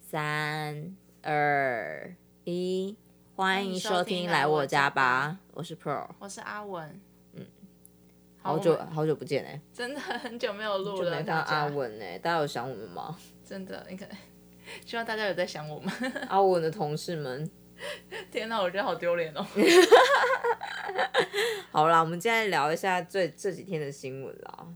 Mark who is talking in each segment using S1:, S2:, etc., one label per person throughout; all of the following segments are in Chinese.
S1: 三二一，欢迎收
S2: 收
S1: 听
S2: 听
S1: 来
S2: 来
S1: 我
S2: 我
S1: 家
S2: 家
S1: 吧
S2: 吧，
S1: 我是 Pro，
S2: 我是阿文，嗯，
S1: 好久好久不见哎、
S2: 真的很久没有录
S1: 就
S2: 了，
S1: 没看到
S2: 大家
S1: 阿，文哎、大家有想我们吗？
S2: 真的，你看， 希望大家有在想我们。
S1: 阿文的同事们，
S2: 天哪，我觉得好丢脸哦。
S1: 嗯 好啦，我们今天聊一下最这几天的新闻啦。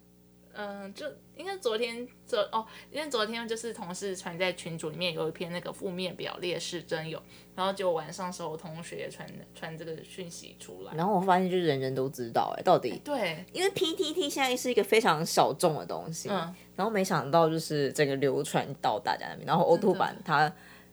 S2: 嗯，就应该昨天昨哦，因为昨天就是同事传在群组里面有一篇那个负面表列是真有，然后就晚上时候我同学也传传这个讯息出来，
S1: 然后我发现就是人人都知道哎、到底
S2: 对，
S1: 因为 PTT 现在是一个非常小众的东西，
S2: 嗯，
S1: 然后没想到就是这个流传到大家那边，然后 O
S2: 真的
S1: two 版它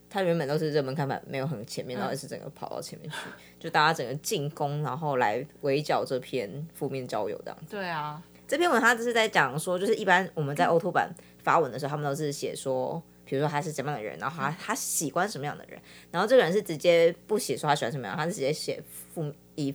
S1: 它原本都是热门看板，没有很前
S2: 嗯
S1: 面，然后也是整个跑到前面去，就大家整个进攻，然后来围剿这篇负面交友这样。
S2: 对啊，
S1: 这篇文它只是在讲说，就是一般我们在 O two 版发文的时候，他们都是写说。比如说他是怎么样的人，然后他他喜欢什么样的人，然后这个人是直接不写说他喜欢什么样，他是直接写负以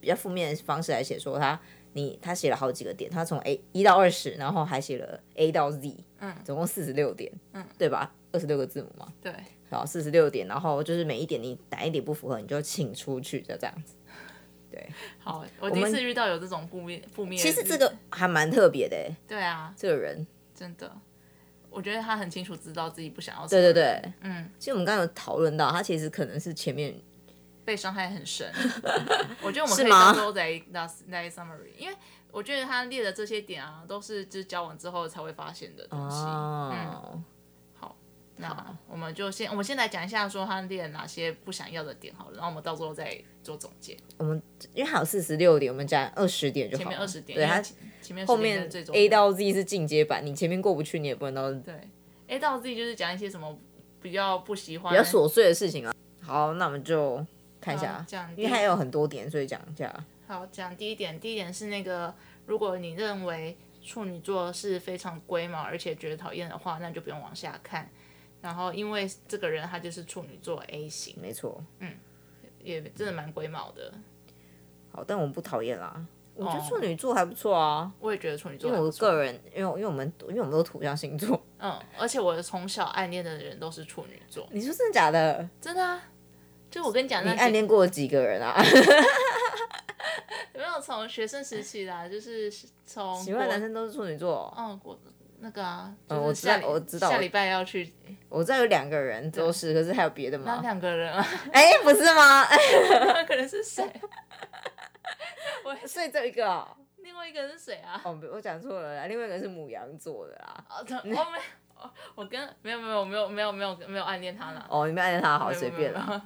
S1: 比较负面的方式来写说他你他写了好几个点，他从 A 一到二十，然后还写了 A 到 Z，
S2: 嗯
S1: 总共四十六点，
S2: 嗯，
S1: 对吧？二十六个字母嘛，
S2: 对，
S1: 然后四十六点，然后就是每一点你哪一点不符合，你就请出去，就这样子。
S2: 好，我第一
S1: 们
S2: 次遇到有这种负面负面，
S1: 其实这，个还蛮特别的欸，
S2: 对啊，
S1: 这个人，
S2: 真的，我觉得他很清楚知道自己不想要，
S1: 对对，对，
S2: 嗯，
S1: 其实我们刚刚有讨论到，他其实可能是前面
S2: 被伤害 很深。我觉得我们可
S1: 是
S2: 以
S1: 吗
S2: 当做来来来 summary，因为我觉得他列的这些点啊，都是就是交往之后才会发现的东西。嗯
S1: 哦，
S2: 那我们就先我们先来讲一下说他列了哪些不想要的点好了，然后我们到时候再做总结。
S1: 我们因为还有四十六点，我们讲二十点就好
S2: 前
S1: 了。
S2: 面二十点，
S1: 对
S2: 因为
S1: 他
S2: 前前面
S1: 后
S2: 10点才
S1: 面
S2: 是最重要
S1: A 到 Z 是进阶版，你前面过不去，你也不能到比
S2: 对 A 到 Z 就是讲一些什么比较不喜欢
S1: 较琐碎的事情啊。好，那我们就看一下
S2: 好这样，
S1: 因为还有很多点，所以讲一下。
S2: 好，讲第一点，第一点是那个，如果你认为处女座是非常龟毛，而且觉得讨厌的话，那就不用往下看。然后，因为这个人他就是处女座 A 型，
S1: 没错，
S2: 也真的蛮龟毛的。
S1: 好，但我不讨厌啦。我觉得
S2: 哦
S1: 处女座还不错啊，
S2: 我也觉得处女座
S1: 因为
S2: 还
S1: 我
S2: 哦不错，
S1: 个人，因为因为我们因为我们都土象星座。
S2: 嗯，而且我从小暗恋的人都是处女座，
S1: 你说真的假的？
S2: 真的啊。就我跟你讲，
S1: 你
S2: 那
S1: 暗
S2: 几
S1: 恋过几个人啊？
S2: 有没有从学生时期啦，就是从
S1: 喜欢的
S2: 国
S1: 男，生都是处女座。哦
S2: 嗯，我那个啊，
S1: 嗯
S2: 就
S1: 我
S2: 是
S1: 知道
S2: 下礼、
S1: 我知道
S2: 下
S1: 我
S2: 礼拜要去
S1: 我知道有两个人都是，可是还有别的
S2: 那
S1: 吗？
S2: 两个人啊，
S1: 哎、不是吗？哎、
S2: 那个人是谁？
S1: 所以只有一个哦。
S2: 另外一个人是谁啊？
S1: 哦，我讲错了啦，另外一个是母羊座的啦。
S2: 哦，对，我没有，哦我跟没有没有没有没有没有没有暗恋他啦。
S1: 哦，你们暗恋他好
S2: 没有
S1: 随便。
S2: 没
S1: 啦。
S2: 有 没有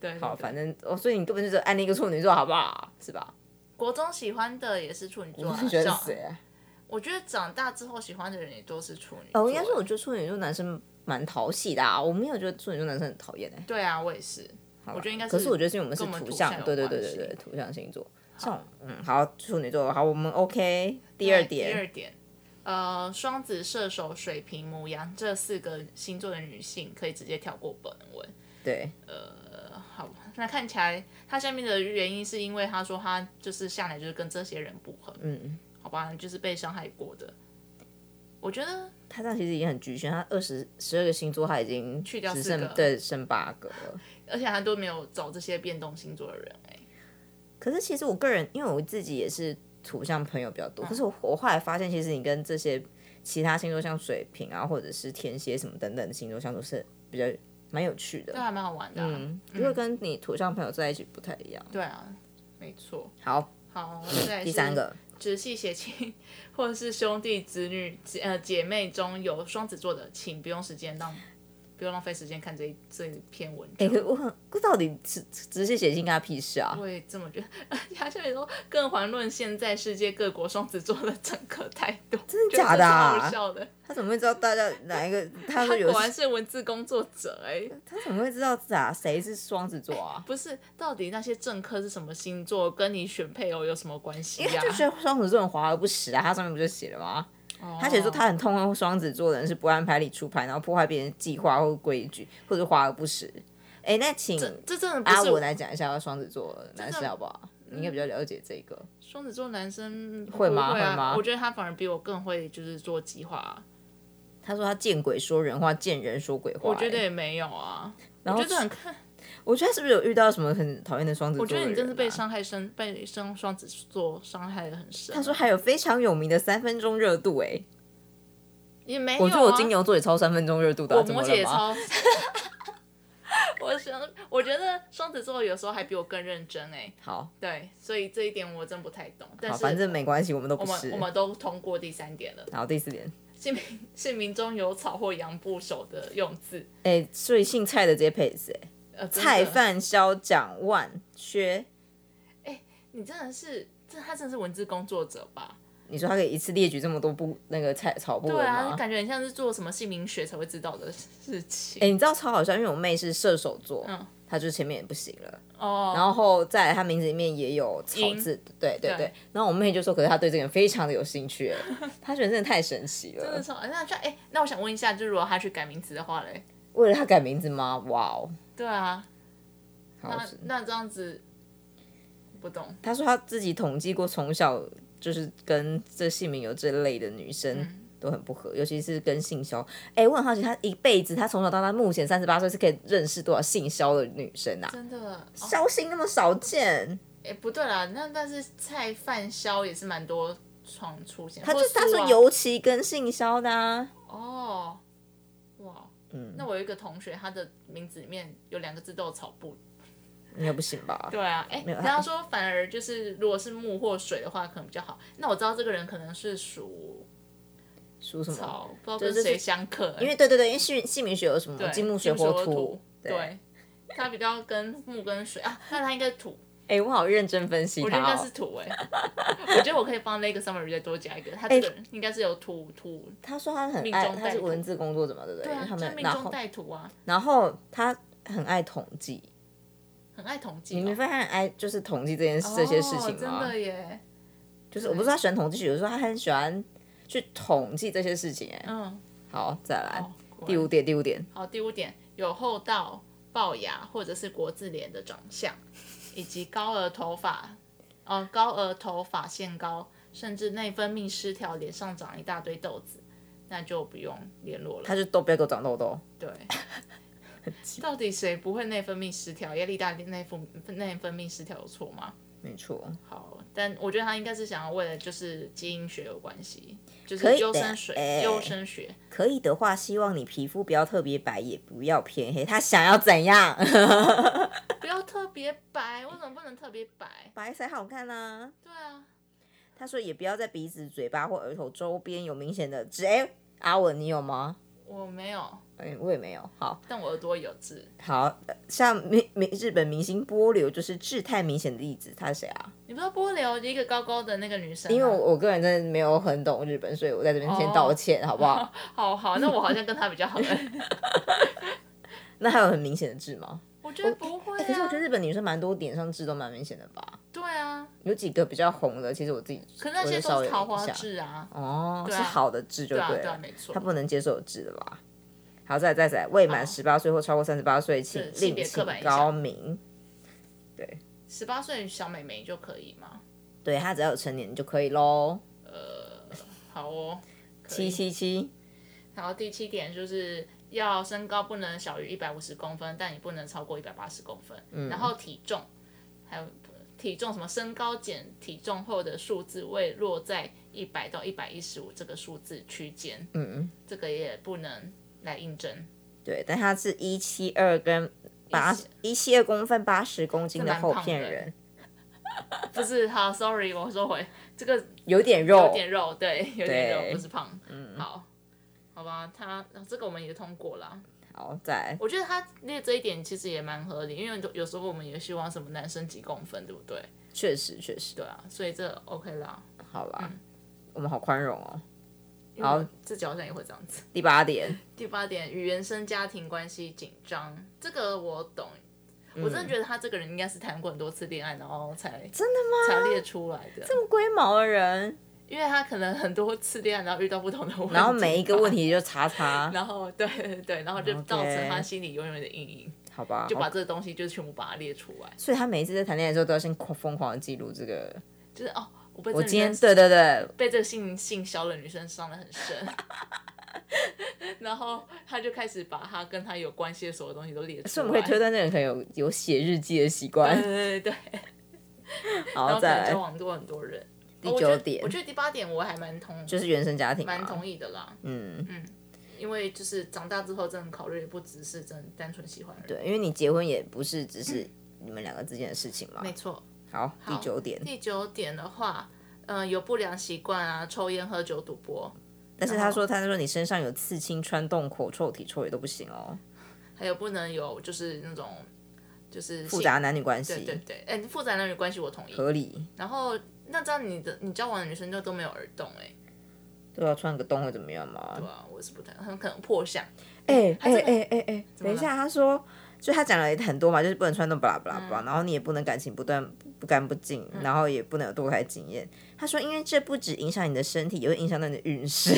S2: 对，
S1: 好，
S2: 对
S1: 反正哦，所以你根本就是暗恋一个处女座，好不好？是吧？
S2: 国中喜欢的也是处女座、
S1: 我
S2: 啊，
S1: 是觉得
S2: 长
S1: 是谁啊？
S2: 我觉得长大之后喜欢的人也都是处女座。
S1: 哦，应该是我觉得处女座男生蛮讨喜的啊，我没有觉得处女座男生很讨厌哎。
S2: 对啊，我也是。我觉得应该
S1: 可是
S2: 是
S1: 我觉得是因为我们是
S2: 跟我们
S1: 土
S2: 土
S1: 象
S2: 象，有
S1: 对对对
S2: 关
S1: 对
S2: 系
S1: 对，土象星座。像嗯，好，处女座好，我们 OK。第二
S2: 对第
S1: 点，
S2: 二点，呃，双子、射手、水瓶、母羊这四个星座的女性可以直接跳过本文。呃
S1: 对，
S2: 好，那看起来他下面的原因是因为他说他就是向来就是跟这些人不合，
S1: 嗯，
S2: 好吧，就是被伤害过的。我觉得
S1: 他这样其实已经很局限，他二十十二个星座他已经
S2: 去掉
S1: 只
S2: 四
S1: 剩
S2: 个
S1: 对剩八个了。
S2: 而且他都没有找这些变动星座的人、哎，
S1: 可是其实我个人，因为我自己也是土象朋友比较多，可是
S2: 嗯
S1: 我我后来发现，其实你跟这些其他星座像水瓶啊，或者是天蝎什么等等的星座相处是比较蛮有趣
S2: 都
S1: 的，
S2: 还蛮好玩的、啊。
S1: 嗯，因为跟你土象朋友在一起不太一样。
S2: 对啊，没错。
S1: 好，
S2: 好，再来
S1: 第
S2: 是
S1: 三个，
S2: 直系血亲或者是兄弟、子女、姐呃姐妹中有双子座的，请不用时间浪，不用浪费时间看这一这一篇文章。
S1: 哎、可我很，可到底直直接写信跟他屁事啊？
S2: 我也这么觉得， 他下面说，更遑论现在世界各国双子座的政客太多，真
S1: 的假的啊
S2: 好笑的，
S1: 他怎么会知道大家哪一个？他说
S2: 他
S1: 有
S2: 果，然是文字工作者哎、
S1: 他怎么会知道咋谁是双子座啊？
S2: 不是，到底那些政客是什么星座，跟你选配偶有什么关系
S1: 因为
S2: 呀、
S1: 他就觉得双子座很华而不实啊，他上面不就写了吗？
S2: 哦
S1: 他写说他很痛恨双子座的人是不按牌理出牌，然后破坏别人的计划或规矩，或者华而不实。哎，那请
S2: 这这真的不
S1: 阿
S2: 是
S1: 文来讲一下双子座的男生好不好？
S2: 嗯
S1: 你应该比较了解这个。
S2: 双子座男生
S1: 会吗
S2: 不会啊
S1: 会吗
S2: 我觉得他反而比我更会就是做计划啊、
S1: 他说他见鬼说人话，见人说鬼话、
S2: 我觉得
S1: 欸
S2: 也没有啊。
S1: 然后
S2: 我觉得很看，
S1: 我觉得他是不是有遇到什么很讨厌的啊双子座、
S2: 我觉得你真是被。伤害深，被生双子座伤害的很深。啊
S1: 他说还有非常有名的三分钟热度、欸，
S2: 也没有、啊，
S1: 我觉得我金牛座也超三分钟热度的啊、
S2: 我
S1: 怎么
S2: 摩
S1: 了
S2: 羯也
S1: 吗
S2: 超。 我想，我觉得双子座有时候还比我更认真哎、
S1: 好，
S2: 对，所以这一点我真不太懂。但
S1: 好，
S2: 是
S1: 反正没关系，我们都
S2: 我
S1: 不
S2: 们
S1: 是
S2: 我。们都通过第三点了。
S1: 好，第四点，
S2: 姓名 姓名中有草或羊部首的用字，
S1: 哎、所以姓蔡的直接配哎谁？
S2: 呃，真的
S1: 蔡，范肖蒋万薛，
S2: 你真的是，这他真的是文字工作者吧？
S1: 你说他可以一次列举这么多部那个菜草部文
S2: 对
S1: 吗
S2: 啊，？感觉很像是做什么姓名学才会知道的事情。
S1: 哎、你知道超好笑，因为我妹是射手座，
S2: 嗯
S1: 她就是前面也不行了，
S2: 哦，
S1: 然后在她名字里面也有草
S2: 音
S1: 字，对对对。
S2: 对
S1: 然后我妹就说，可是她对这个人非常的有兴趣欸， 她觉得真的太神奇
S2: 真的
S1: 了。
S2: 超那像哎、那我想问一下，就是如果他去改名字的话嘞？
S1: 为了她改名字吗？哇哦，
S2: 对啊，
S1: 好
S2: 那那这样子不懂，
S1: 她说她自己统计过，从小就是跟这姓名有这类的女生。
S2: 嗯
S1: 都很不合，尤其是跟性肖。哎、我很好奇，她一辈子，她从小到大，目前三十八岁，是可以认识多少性肖的女生啊？
S2: 真的哦哎、
S1: 肖星那么少见，
S2: 不对啦，那但是蔡范肖也是蛮多创出现，
S1: 他
S2: 或
S1: 就
S2: 苏啊
S1: 他说尤其跟姓肖的啊，
S2: 哦，哇，嗯，那我有一个同学，他的名字里面有两个字都有草部，
S1: 应该不行吧？
S2: 对啊，哎、
S1: 有
S2: 然后说反而就是如果是木或水的话，可能比较好。那我知道这个人可能是属
S1: 属什么？
S2: 草，不知道跟谁相克、欸
S1: 因为对对对，因为姓姓名学有什么金木水火
S2: 土
S1: 土，，
S2: 对，他比较跟木跟水啊，那他应该是土，
S1: 哎、我好认真分析
S2: 我觉
S1: 他、
S2: 得应该是
S1: 哦。
S2: 土哎、我觉得我可以帮那个 summary 再多加一个，他
S1: 哎
S2: 这个人应该是有土土，
S1: 他说他很
S2: 命
S1: 爱，
S2: 中
S1: 他
S2: 带
S1: 是
S2: 土
S1: 文字工作者嘛，对不对？
S2: 对啊，
S1: 他
S2: 就是
S1: 们
S2: 命
S1: 然
S2: 中
S1: 后
S2: 带土啊，
S1: 然后他很爱统计，
S2: 很爱统计
S1: 你
S2: 哦、
S1: 没发现他很爱就是统计这件这些事情
S2: 哦、真
S1: 吗？
S2: 的耶，
S1: 就是我不是他喜欢统计学，有时候他很喜欢去统计这些事情、哎，
S2: 嗯，
S1: 好，再来、
S2: 哦果然
S1: 啊第五点，第五点，
S2: 好，第五点有厚道、龅牙或者是国字脸的长相，以及高额头发，哦，高额头发线高，甚至内分泌失调，脸上长一大堆痘子，那就不用联络了。
S1: 他就都不要给我长痘痘。
S2: 对，到底谁不会内分泌失调？压力大，内分内分泌失调有错吗？
S1: 没错，
S2: 好，但我觉得他应该是想要为了就是基因学有关系，就
S1: 可以的
S2: 是优生学，
S1: 哎
S2: 优生学。
S1: 可以的话，希望你皮肤不要特别白，也不要偏黑。他想要怎样？
S2: 不要特别白，为什么不能特别白？
S1: 白才好看啊。
S2: 对啊，
S1: 他说也不要在鼻子、嘴巴或额头周边有明显的痣。哎、阿文你有吗？
S2: 我没有，
S1: 哎、我也没有。好
S2: 但我耳朵有痣。
S1: 好，呃像明明日本明星波流就是痣太明显的例子。他是谁啊？
S2: 你不知道波流一个高高的那个女生、啊？
S1: 因 为我我个人真的没有很懂日本，所以我在这边先
S2: 哦
S1: 道歉，好不 好？
S2: 好好，那我好像跟她比 较好。
S1: 那还有很明显的痣吗？
S2: 我觉得不会
S1: 哎、
S2: 啊。
S1: 可是我觉得日本女生蛮多脸上痣都蛮明显的吧？
S2: 对啊，
S1: 有几个比较红的，其实我自己
S2: 可是那些
S1: 我就稍
S2: 都
S1: 微
S2: 是桃花
S1: 有印象
S2: 痣啊。
S1: 哦，
S2: 对啊
S1: 是好的痣就
S2: 对啊，
S1: 对
S2: 对啊，
S1: 了，
S2: 没错
S1: 他。不能接受有痣的吧？好，再来再来再来，未满
S2: 好
S1: 十八岁或超过三十八岁，请
S2: 性
S1: 另
S2: 别
S1: 请
S2: 刻板印象
S1: 高明。
S2: 十八岁小妹妹就可以吗？
S1: 对他只要有成年就可以喽。
S2: 好哦。可以
S1: 七七七，
S2: 然后第七点就是要身高不能小于一百五十公分，但也不能超过一百八十公分。然后体重，还有呃体重什么身高减体重后的数字位落在一百到一百一十五这个数字区间。嗯嗯，这个也不能来应征，
S1: 对，但他是一七二跟八一七二公分八十公斤
S2: 这
S1: 的
S2: 蛮
S1: 厚
S2: 胖
S1: 片
S2: 的
S1: 人，
S2: 不是 好，sorry，我收回这个
S1: 有点肉
S2: 有，点肉，对，有点
S1: 对
S2: 肉，不是胖。嗯，好。好吧，他这个我们也通过了。
S1: 好再来
S2: 我觉得他列这一点其实也蛮合理，因为有时候我们也希望什么男生几公分，对不对？
S1: 确实确实，
S2: 对啊，所以这 OK 啦。
S1: 好啦，我们好宽容哦。
S2: 因为我
S1: 好
S2: 自己好像也会这样子。
S1: 第八点，
S2: 第八点，与原生家庭关系紧张，这个我懂。我
S1: 嗯
S2: 真的觉得他这个人应该是谈过很多次恋爱，然后才真的吗？才列出来的，
S1: 这么龟毛的人，
S2: 因为他可能很多次恋爱，然后遇到不同的问题，
S1: 然后每一个问，题就查查，
S2: 然后对对对，然后就
S1: OK
S2: 造成他心里永远的阴影，
S1: 好吧？
S2: 就
S1: 好
S2: 把这个东西就全部把它列出来，
S1: 所以他每一次在谈恋爱的时候都要先狂疯狂的记录这个。
S2: 就是哦，我被
S1: 我
S2: 我
S1: 今天对对对，
S2: 被这个性性骚扰的女生伤得很深，然后他就开始把他跟他有关系的所有东西都列出来。
S1: 所以我们可以推断这个人可能有有写日记的习
S2: 对
S1: 惯。
S2: 对对对，然
S1: 好，
S2: 嗯后可
S1: 再
S2: 能
S1: 来
S2: 交往过很多人。
S1: 第
S2: 哦我觉
S1: 九
S2: 得
S1: 点
S2: 我觉得第八点我还蛮同，
S1: 就是原生家庭嘛，
S2: 蛮同意的啦，
S1: 嗯，
S2: 因为就是长大之后真的考虑不只是真的单纯喜欢人。
S1: 对，因为你结婚也不是只是你们两个之间的事情嘛。
S2: 没错。
S1: 好，第九点，
S2: 第九点的话，嗯、有不良习惯啊，抽烟、喝酒、赌博，
S1: 但是他说他说你身上有刺青、穿洞、口臭、体臭也都不行哦，
S2: 还有不能有就是那种就是
S1: 复
S2: 性
S1: 杂男女关系
S2: 对对对，哎、复杂男女关系我同意。
S1: 合理，
S2: 然后那这样你的你交往的女生就都没有耳洞哎、
S1: 对啊，穿个洞会怎么样嘛？
S2: 对啊，我是不太很可能破相，
S1: 哎
S2: 他
S1: 哎
S2: 这个
S1: 哎哎哎，等一下，他说，就他讲了很多嘛，就是不能穿洞，巴拉巴拉巴拉，然后你也不能感情不断不干不净，然后也不能有堕胎经验。他说，因为这不止影响你的身体，也会影响到你的运势，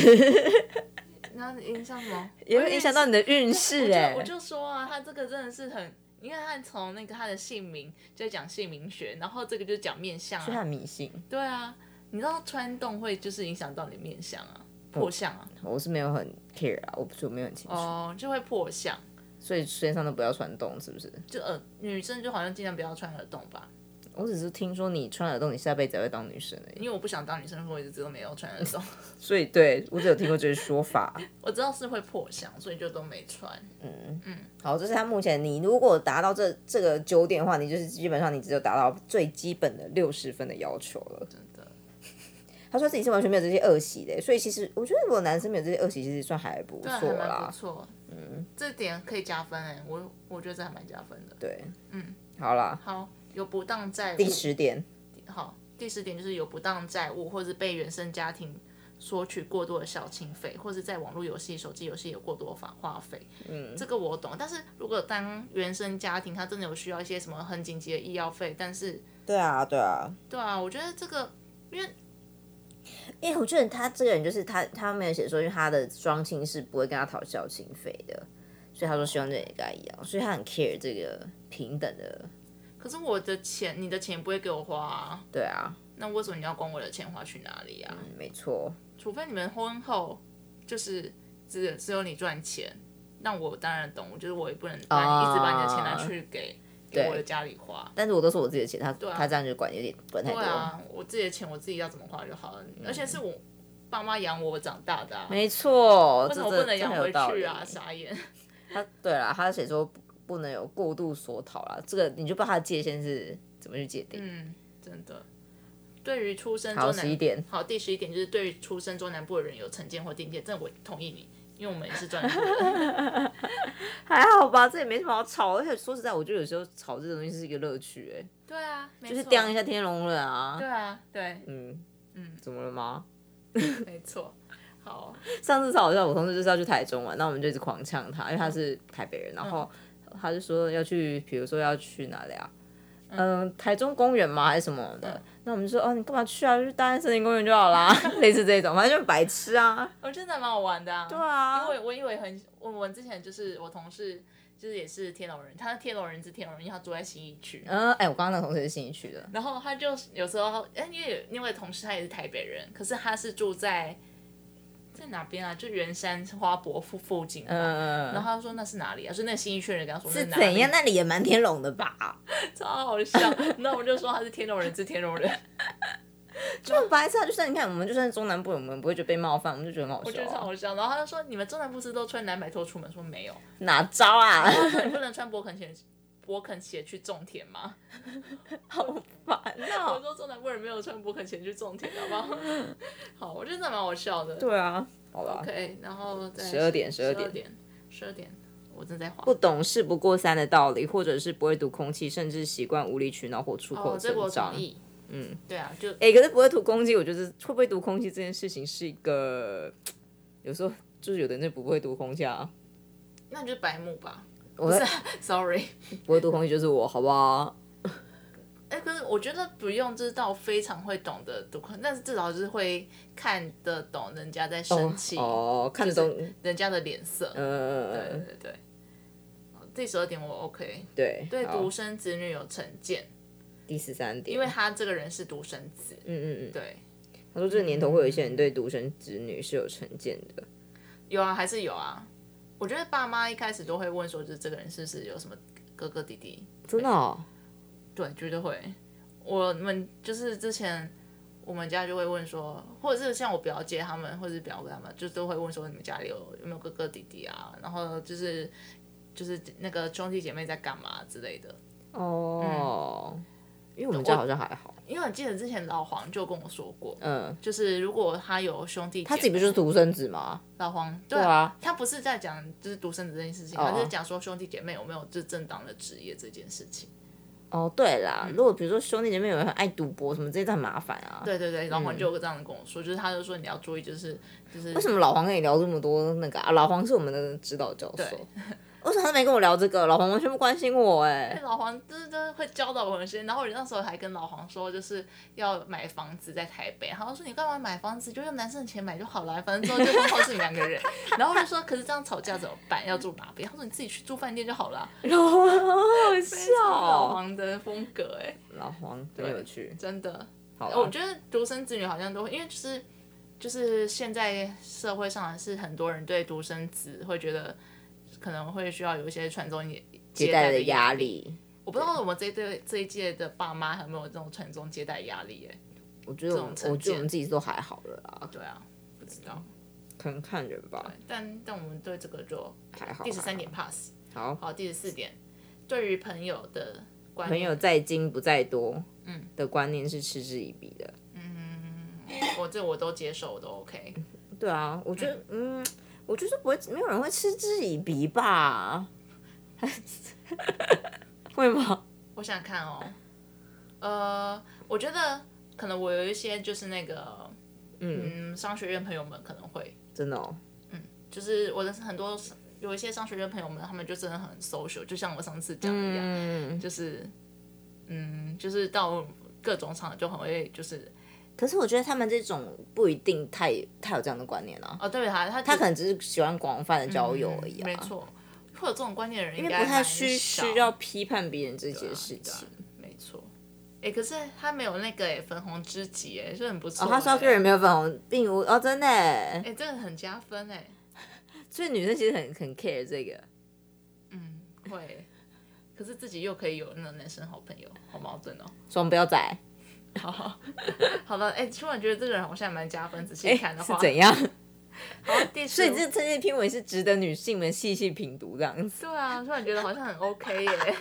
S2: 然后影响什么？
S1: 也会影响到你的运势哎
S2: 我就我。就说啊，他这个真的是很，你看他从那个他的姓名就讲姓名学，然后这个就讲面相
S1: 就
S2: 啊，
S1: 很迷信，
S2: 对啊，你知道穿洞会就是影响到你面相啊，破相啊，
S1: 我是没有很 care 啊，我就没有很清楚，
S2: 哦，就会破相，
S1: 所以身上都不要穿洞，是不是？
S2: 就耳女生就好像尽量不要穿耳洞吧，
S1: 我只是听说你穿耳洞，你下辈子还会当女生而已。
S2: 因为我不想当女生，所以我一直都没有穿耳洞，
S1: 所以对我只有听过这个说法。
S2: 我知道是会破相，所以就都没穿。
S1: 好，这是他目前你如果达到这这个九点的话，你就是基本上你只有达到最基本的六十分的要求了。
S2: 真的，
S1: 他说自己是完全没有这些恶习的，所以其实我觉得如果男生没有这些恶习，其实算还不
S2: 对啊，
S1: 错
S2: 还蛮
S1: 啦
S2: 不。错。嗯，这点可以加分哎、我我觉得这还蛮加分的。
S1: 对，嗯，好啦，
S2: 好，有不当债务。
S1: 第十点，
S2: 好，第十点就是有不当债务，或是被原生家庭索取过多的孝亲费，或是在网络游戏、手机游戏有过多花花费。嗯，这个我懂。但是如果当原生家庭他真的有需要一些什么很紧急的医药费，但是
S1: 对啊，对啊，
S2: 对啊，我觉得这个
S1: 因为我觉得他这个人就是他，他没有写说，因为他的双亲是不会跟他讨孝亲费的，所以他说希望这也跟他一样，所以他很 care 这个平等的，
S2: 可是我的钱，你的钱不会给我花、啊，
S1: 对啊，
S2: 那为什么你要管我的钱花去哪里啊？
S1: 嗯没错，
S2: 除非你们婚后就是只只有你赚钱，那我当然懂，就是我也不能把你、
S1: 啊
S2: 一直把你的钱拿去给给我的家里花。
S1: 但是我都说我自己的钱，他、
S2: 啊
S1: 他这样就管有点管太
S2: 对
S1: 多。
S2: 啊，我自己的钱我自己要怎么花就好了，而且是我爸妈养我长大的、啊，
S1: 没错，
S2: 为
S1: 这
S2: 什么
S1: 这
S2: 不能
S1: 这
S2: 养
S1: 很有
S2: 回
S1: 道
S2: 去
S1: 理
S2: 啊？傻眼。
S1: 他对啦，他写说不不能有过度索讨啦，这个你就不知道他的界限是怎么去界定。
S2: 嗯，真的。对于出生
S1: 好，
S2: 中
S1: 十一
S2: 南
S1: 点，
S2: 好，第十一点就是对于出生中南部的人有成见或定见，这我同意你，因为我们也是中南 部人。
S1: 还好吧，这也没什么好吵。而且说实在，我觉得有时候吵这个东西是一个乐趣、欸，
S2: 对啊，没
S1: 就是
S2: 错
S1: 掂一下天龙人啊
S2: 对。啊，对，
S1: 嗯
S2: 嗯
S1: 怎么了吗？
S2: 没错。好，
S1: 上次超好笑，我同事就是要去台中玩，那我们就一直狂呛他，因为他是台北人，然后他就说要去，比如说要去哪里啊？嗯，台中公园吗？还是什么
S2: 嗯
S1: 的？那我们就说，哦，你干嘛去啊？就去大安森林公园就好啦， 类似这种，反正就白痴啊。
S2: 我觉得蛮好玩的啊。对
S1: 对啊
S2: 因，为我以为很，我我之前就是我同事，就是也是天龙人，他是天龙人之天龙人，因为他住在新义区。
S1: 嗯，哎、我刚刚那个同事是新一区的，
S2: 然后他就有时候，哎，因为有另外同事他也是台北人，可是他是住在在哪边啊？就圆山花博附附近。嗯。然
S1: 嗯，
S2: 后他说那是哪里啊？就那新一区人跟他说那
S1: 是
S2: 哪里
S1: 怎样？？那里也蛮天龙的吧？
S2: 超好笑。 那我们就说他是天龙人之 天龙人，
S1: 就很白痴啊！就算你看，我们就算是中南部人，我们不会觉得被冒犯，我们就觉得很好
S2: 我觉
S1: 笑
S2: 得超
S1: 啊、
S2: 好笑。然后他就说你们中南部是都穿蓝白拖出门？说没有，
S1: 哪招啊？
S2: 他说你不能穿勃肯鞋，勃肯鞋去种田吗？
S1: 好烦
S2: 我
S1: 哦、
S2: 说中南部人没有穿勃肯鞋去种田，好不好？ 好，我觉得这蛮好笑的。
S1: 对啊，好吧。
S2: OK，然后再
S1: 12点
S2: 十
S1: 12
S2: 点，十二点，我正在滑。
S1: 不懂事不过三的道理，或者是不会读空气，甚至习惯无理取闹或出口
S2: 哦，这
S1: 成
S2: 个我
S1: 章。
S2: 同意。嗯，对啊，就
S1: 哎、可是不会读空气，我觉得会不会读空气这件事情是一个，有时候就是有的人就不会读空气啊。
S2: 那你就白目吧。
S1: 我
S2: 不是，sorry。
S1: 不会读空气就是我，好不好？
S2: 哎，可是我觉得不用知道非常会懂得读空，但是至少就是会看得懂人家在生气，
S1: 哦，看得懂，
S2: 人家的脸色。对
S1: 嗯，
S2: 对对。好第十二点我 OK，
S1: 对，
S2: 对
S1: 好
S2: 独生子女有成见，
S1: 第十三点，
S2: 因为他这个人是独生子。
S1: 嗯嗯嗯，
S2: 对，
S1: 他说这个年头会有一些人对独生子女是有成见的，
S2: 有啊，还是有啊。我觉得爸妈一开始都会问说，就是这个人是不是有什么哥哥弟弟？
S1: 真的哦，
S2: 对，绝对会。我们就是之前我们家就会问说，或者是像我表姐他们，或者是表哥他们，就都会问说你们家里有有没有哥哥弟弟啊？然后就是就是那个兄弟姐妹在干嘛之类的。
S1: 哦，因为我们家好像还好，
S2: 因为我记得之前老黄就跟我说过，
S1: 嗯，
S2: 就是如果他有兄弟姐妹，
S1: 他自己不就是独生子吗？
S2: 老黄？对
S1: 对啊
S2: 他不是在讲就是独生子这件事情，
S1: 哦
S2: 他是讲说兄弟姐妹有没有就是正当的职业这件事情。
S1: 哦，对
S2: 嗯
S1: 啦，如果比如说兄弟姐妹有人很爱赌博什么，这些都很麻烦啊。，
S2: 对对对，老黄就有这样跟我说，就是他就说你要注意，就是就是
S1: 为什么老黄跟你聊这么多那个啊？老黄是我们的指导教授
S2: 对，
S1: 为什么他没跟我聊这个？老黄完全不关心我哎、
S2: 哎老黄真的会教导我们些，然后我那时候还跟老黄说，就是要买房子在台北，他就说你干嘛买房子，就用男生的钱买就好了，反正之后就婚后是你 两个人。然后我就说，可是这样吵架怎么办？要住哪边？他说你自己去住饭店就好了。
S1: 老黄好好
S2: 非常老
S1: 笑，
S2: 黄的风格哎、
S1: 老黄很有趣。
S2: 真的，哦
S1: 好啦，
S2: 我觉得独生子女好像都会，因为就是就是现在社会上是很多人对独生子会觉得可能会需要有一些传宗接
S1: 接待的
S2: 压
S1: 压力，
S2: 我不知道我们这一对这一届的爸妈有没有这种传宗接代压力耶？
S1: 我觉得我们
S2: 这种成
S1: 我觉得我
S2: 见
S1: 们自己都还好了啦，
S2: 对啊，不知道。
S1: 可能看人吧，
S2: 但但我们对这个就
S1: 还好。
S2: 第十三点
S1: 还
S2: pass。
S1: 好，
S2: 好，第十四点，对于朋友的观
S1: 朋
S2: 念，
S1: 友在精不在多，
S2: 嗯
S1: 的观念是嗤之以鼻的。
S2: 我这我都接受，我都 OK。
S1: 对啊，我觉得，嗯，我觉得不会，没有人会嗤之以鼻吧？ 会吗？
S2: 我想想看哦，呃，我觉得可能我有一些就是那个，
S1: 嗯
S2: 嗯，商学院朋友们可能会，
S1: 真的哦，
S2: 就是我的很多有一些商学院朋友们，他们就真的很 social，就像我上次讲的一样，
S1: 嗯。
S2: 就是，嗯，就是到各种场合就很会，就是
S1: 可是我觉得他们这种不一定太太有这样的观念啊，
S2: 哦，对他他
S1: 他
S2: 他
S1: 可能只是喜欢广泛的交友而已啊，
S2: 嗯没，错，会有这种观念的人
S1: 因
S2: 应
S1: 为
S2: 该
S1: 不太
S2: 蛮
S1: 需
S2: 少
S1: 需要批判别人这
S2: 对
S1: 些
S2: 啊
S1: 事
S2: 对啊
S1: 情。
S2: 没错。哎、可是他没有那个哎、粉红知己哎、就很不错、
S1: 哦，他说个人没有粉红，并无哦，真的耶
S2: 哎、，这个很加分哎、
S1: 所以女生其实很很 care 这个。
S2: 嗯，会。 可是自己又可以有那种男生好朋友，好矛盾哦。
S1: 双标仔，
S2: 好， 好了，哎、突然觉得这个人好像蛮加分，仔细
S1: 哎、
S2: 看的
S1: 是
S2: 话，哦
S1: 怎 样？
S2: 好，第
S1: 所
S2: 十
S1: 以
S2: 五
S1: 这这些篇文是值得女性们细细品读这样子。
S2: 对啊，突然觉得好像很 OK 耶。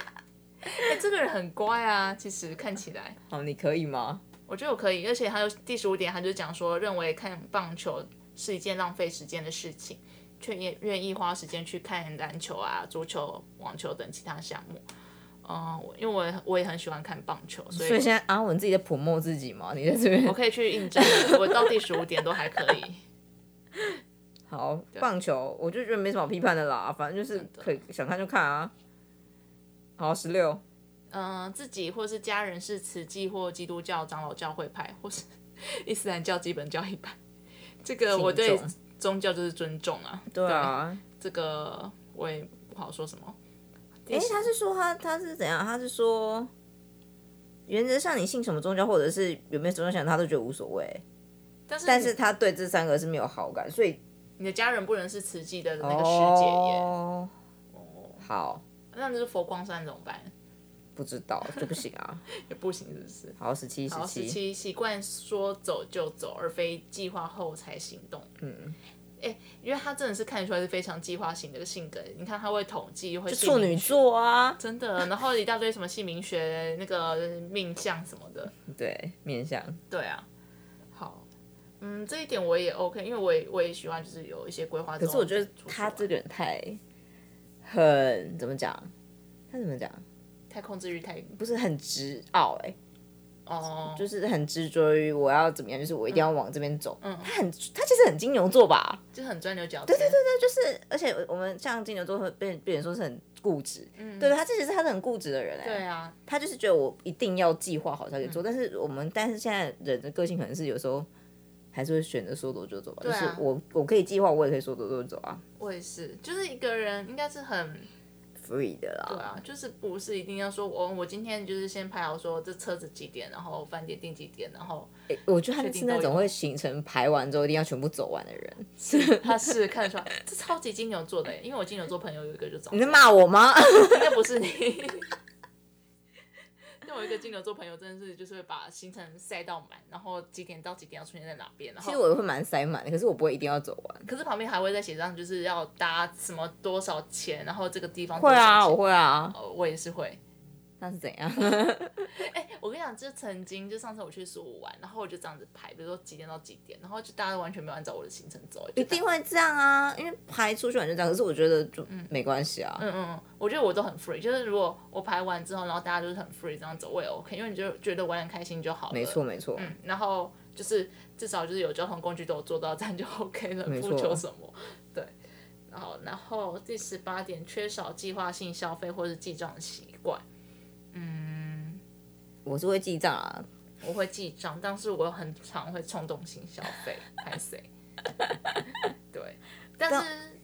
S2: 哎、这个人很乖啊，其实看起来，
S1: 好，哦你可以吗？
S2: 我觉得我可以。而且还有第十五点，他就讲说，认为看棒球是一件浪费时间的事情，却也愿意花时间去看篮球啊、足球、网球等其他项目。嗯，我因为我也我也很喜欢看棒球，所
S1: 所以
S2: 以
S1: 现在阿文自己在 promo 自己吗？ 你在这边
S2: 我可以去应征。我到第十五点都还可以。
S1: 好棒球，我就觉得没什么好批判的啦，反正就是可以想看就看啊。好，十六，
S2: 嗯、自己或是家人是慈济或基督教长老教会派，或是 伊斯兰教基本教义派。这个我
S1: 敬
S2: 对
S1: 重
S2: 宗教就是尊重啊。
S1: 对啊，
S2: 这个我也不好说什么。
S1: 诶，他是说他他是怎样？他是说原则上你信什么宗教，或者是有没有宗教信仰，他都觉得无所谓。
S2: 但是
S1: 但是他对这三个是没有好感，所以
S2: 你的家人不能是慈济的那个师姐耶，
S1: 哦，好，
S2: 那就是佛光山怎么办？
S1: 不知道就不行啊。
S2: 也不行，是不是？
S1: 好，十七，十
S2: 好，十
S1: 七，
S2: 七习惯说走就走，而非计划后才行动。嗯，哎、因为他真的是看得出来是非常计划型的性格，你看他会统计，会姓
S1: 处女
S2: 名学，
S1: 座啊，
S2: 真的，然后一大堆什么姓名学、那个嗯命相什么的，
S1: 对，面相。
S2: 对啊，好。嗯，这一点我也 OK，因为我也我也喜欢，就是有一些规划。可
S1: 可是我觉得他这个人太很怎么讲？他怎么讲？
S2: 太控制欲太
S1: 不是很执拗哎、
S2: 哦，
S1: 就是很执着于我要怎么样，就是我一定要往这边走。他很他其实很金牛座吧？
S2: 就很钻牛角尖。对对对对，
S1: 就是而且我们像金牛座会被被人说是很固执，对他其实是他是很固执的人哎、
S2: 对啊，
S1: 他就是觉得我一定要计划好才可以做。但是我们但是现在人的个性可能是有时候。还是会选择说走就走吧，
S2: 啊
S1: 就是我我可以计划，我也可以说走就走啊。
S2: 我也是，就是一个人应该是很
S1: free 的啦。
S2: 对啊，就是不是一定要说我我今天就是先排好说这车子几点，然后饭店订几点，然后
S1: 我觉得他们是那
S2: 确定都
S1: 种
S2: 有
S1: 会行程排完之后一定要全部走完的人。
S2: 他是看得出来，这超级金牛座的耶，因为我金牛座朋友有一个就长这
S1: 你
S2: 样，
S1: 在骂我吗？
S2: 应该不是你。但我有一个金牛座朋友，真的是就是会把行程塞到满，然后几点到几点要出现在哪边，然
S1: 其实
S2: 后
S1: 我会蛮塞满的，可是我不会一定要走完。
S2: 可是旁边还会再写上就是要搭什么多少钱，然后这个地方多
S1: 会
S2: 少
S1: 啊，
S2: 钱
S1: 我会啊，
S2: 哦我也是会。
S1: 那是怎样？
S2: 我跟你讲，就曾经就上次我去苏武玩，然后我就这样子排，比如说几点到几点，然后就大家都完全没有按照我的行程走，
S1: 一
S2: 一
S1: 定会这样啊，因为排出去玩就这样。可是我觉得就没关系啊。
S2: 嗯嗯，嗯，我觉得我都很 free，就是如果我排完之后，然后大家就是很 free 这样走，我也 OK，因为你就觉得玩得很开心就好了。
S1: 没错，没错。
S2: 嗯，然后就是至少就是有交通工具都有做到，这样就 OK 了，
S1: 没错
S2: 不求什么。对，然后然后第十八点，缺少计划性消费或是记账习惯。
S1: 我是会记账啊，
S2: 我会记账，但是我很常会冲动性消费，拍谁？对，但是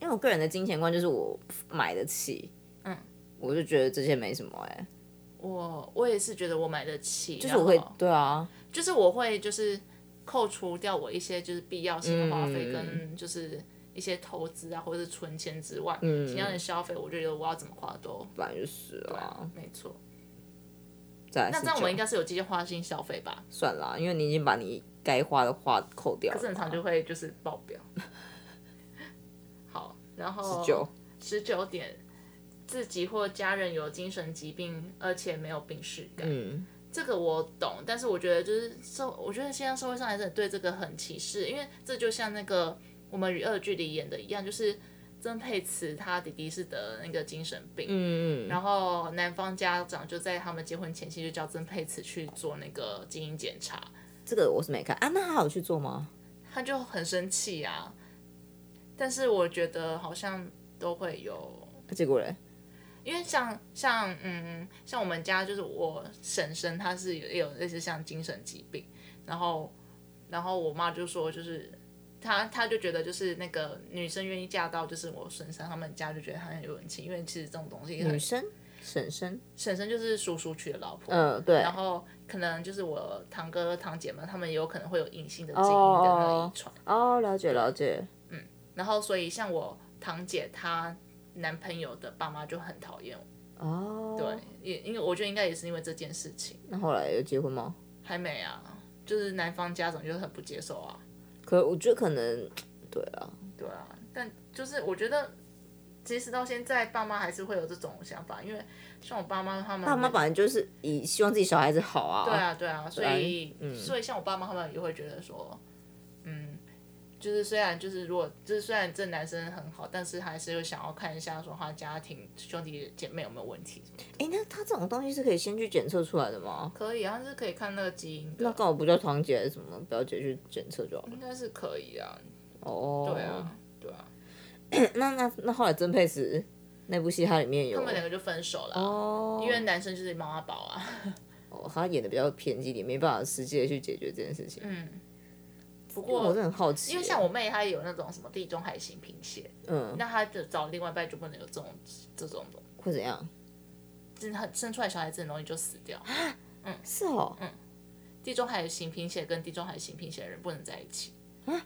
S1: 因为我个人的金钱观就是我买得起，
S2: 嗯，
S1: 我就觉得这些没什么哎、
S2: 我我也是觉得我买得起，就
S1: 就是我会对啊，
S2: 就是我会就是扣除掉我一些就是必要性的花费跟就是一些投资啊或者是存钱之外，
S1: 嗯
S2: 其他的消费我就觉得我要怎么花都
S1: 本来就是啊。
S2: 没错。
S1: 再来
S2: 那这样我们应
S1: 该
S2: 该是有计划性消费吧？
S1: 算啦，因为你已经把你该花的花扣掉了
S2: 可
S1: 嘛。
S2: 是很常就会就是爆 表。好，然后
S1: 十九，
S2: 十九点，自己或家人有精神疾病，而且没有病史感。
S1: 嗯，
S2: 这个我懂，但是我觉得就是社，我觉得现在社会上还是很对这个很歧视，因为这就像那个我们与恶的距离演的一样，就是曾沛慈她弟弟是得那个精神病，
S1: 嗯嗯，
S2: 然后男方家长就在他们结婚前夕就叫曾沛慈去做那个基因检查，
S1: 这个我是没看啊。那他有去做吗？
S2: 他就很生气啊。但是我觉得好像都会有
S1: 啊结果嘞，
S2: 因为像像嗯，像我们家就是我婶婶，她是有也有类似像精神疾病，然后然后我妈就说就是她她就觉得就是那个女生愿意嫁到就是我婶婶他们家就觉得她很有人气，因为其实这种东西
S1: 女
S2: 很
S1: 生婶婶，
S2: 婶婶就是叔叔娶的老婆，
S1: 嗯、对，
S2: 然后可能就是我堂哥堂姐们他们也有可能会有隐性的基因的那个
S1: 哦
S2: 遗传，
S1: 哦，了解了解，
S2: 然后所以像我堂姐她男朋友的爸妈就很讨厌我，
S1: 哦，
S2: 对，，也因为我觉得应该也是因为这件事情。
S1: 那后来有结婚吗？
S2: 还没啊，就是男方家长就很不接受啊。
S1: 可我觉得可能，对啊，
S2: 对啊，但就是我觉得，即使到现在，爸妈还是会有这种想法，因为像我爸妈他们，
S1: 爸妈本来就是以希望自己小孩子好啊，
S2: 对，啊对啊，所以、
S1: 嗯
S2: 所以像我爸妈他们也会觉得说，嗯，就是虽然就是如果就是虽然这男生很好，但是还是会想要看一下说他家庭兄弟姐妹有没有问题。
S1: 哎，那他这种东西是可以先去检测出来的吗？
S2: 可以啊，他是可以看那个基因
S1: 那
S2: 的，
S1: 刚好不叫堂姐还是什么表姐去检测就好了。
S2: 应该是可以啊。
S1: 哦，
S2: 对啊，对啊，
S1: 那那那后来曾沛慈那部戏它里面有
S2: 他们两个就分手了啊。
S1: 哦，
S2: 因为男生就是妈妈宝啊。
S1: 哦他演的比较偏激一点，没办法实际的去解决这件事情。
S2: 嗯，不
S1: 因为我
S2: 过
S1: 是很好奇耶，
S2: 因为像我妹她有那种什么地中海型贫血，
S1: 嗯，
S2: 那她就找另外一半就不能有这种这种东
S1: 会怎样？
S2: 真的很生出来小孩子很容易就死掉。
S1: 是哦，
S2: 地中海型贫血跟地中海型贫血的人不能在一 起。哎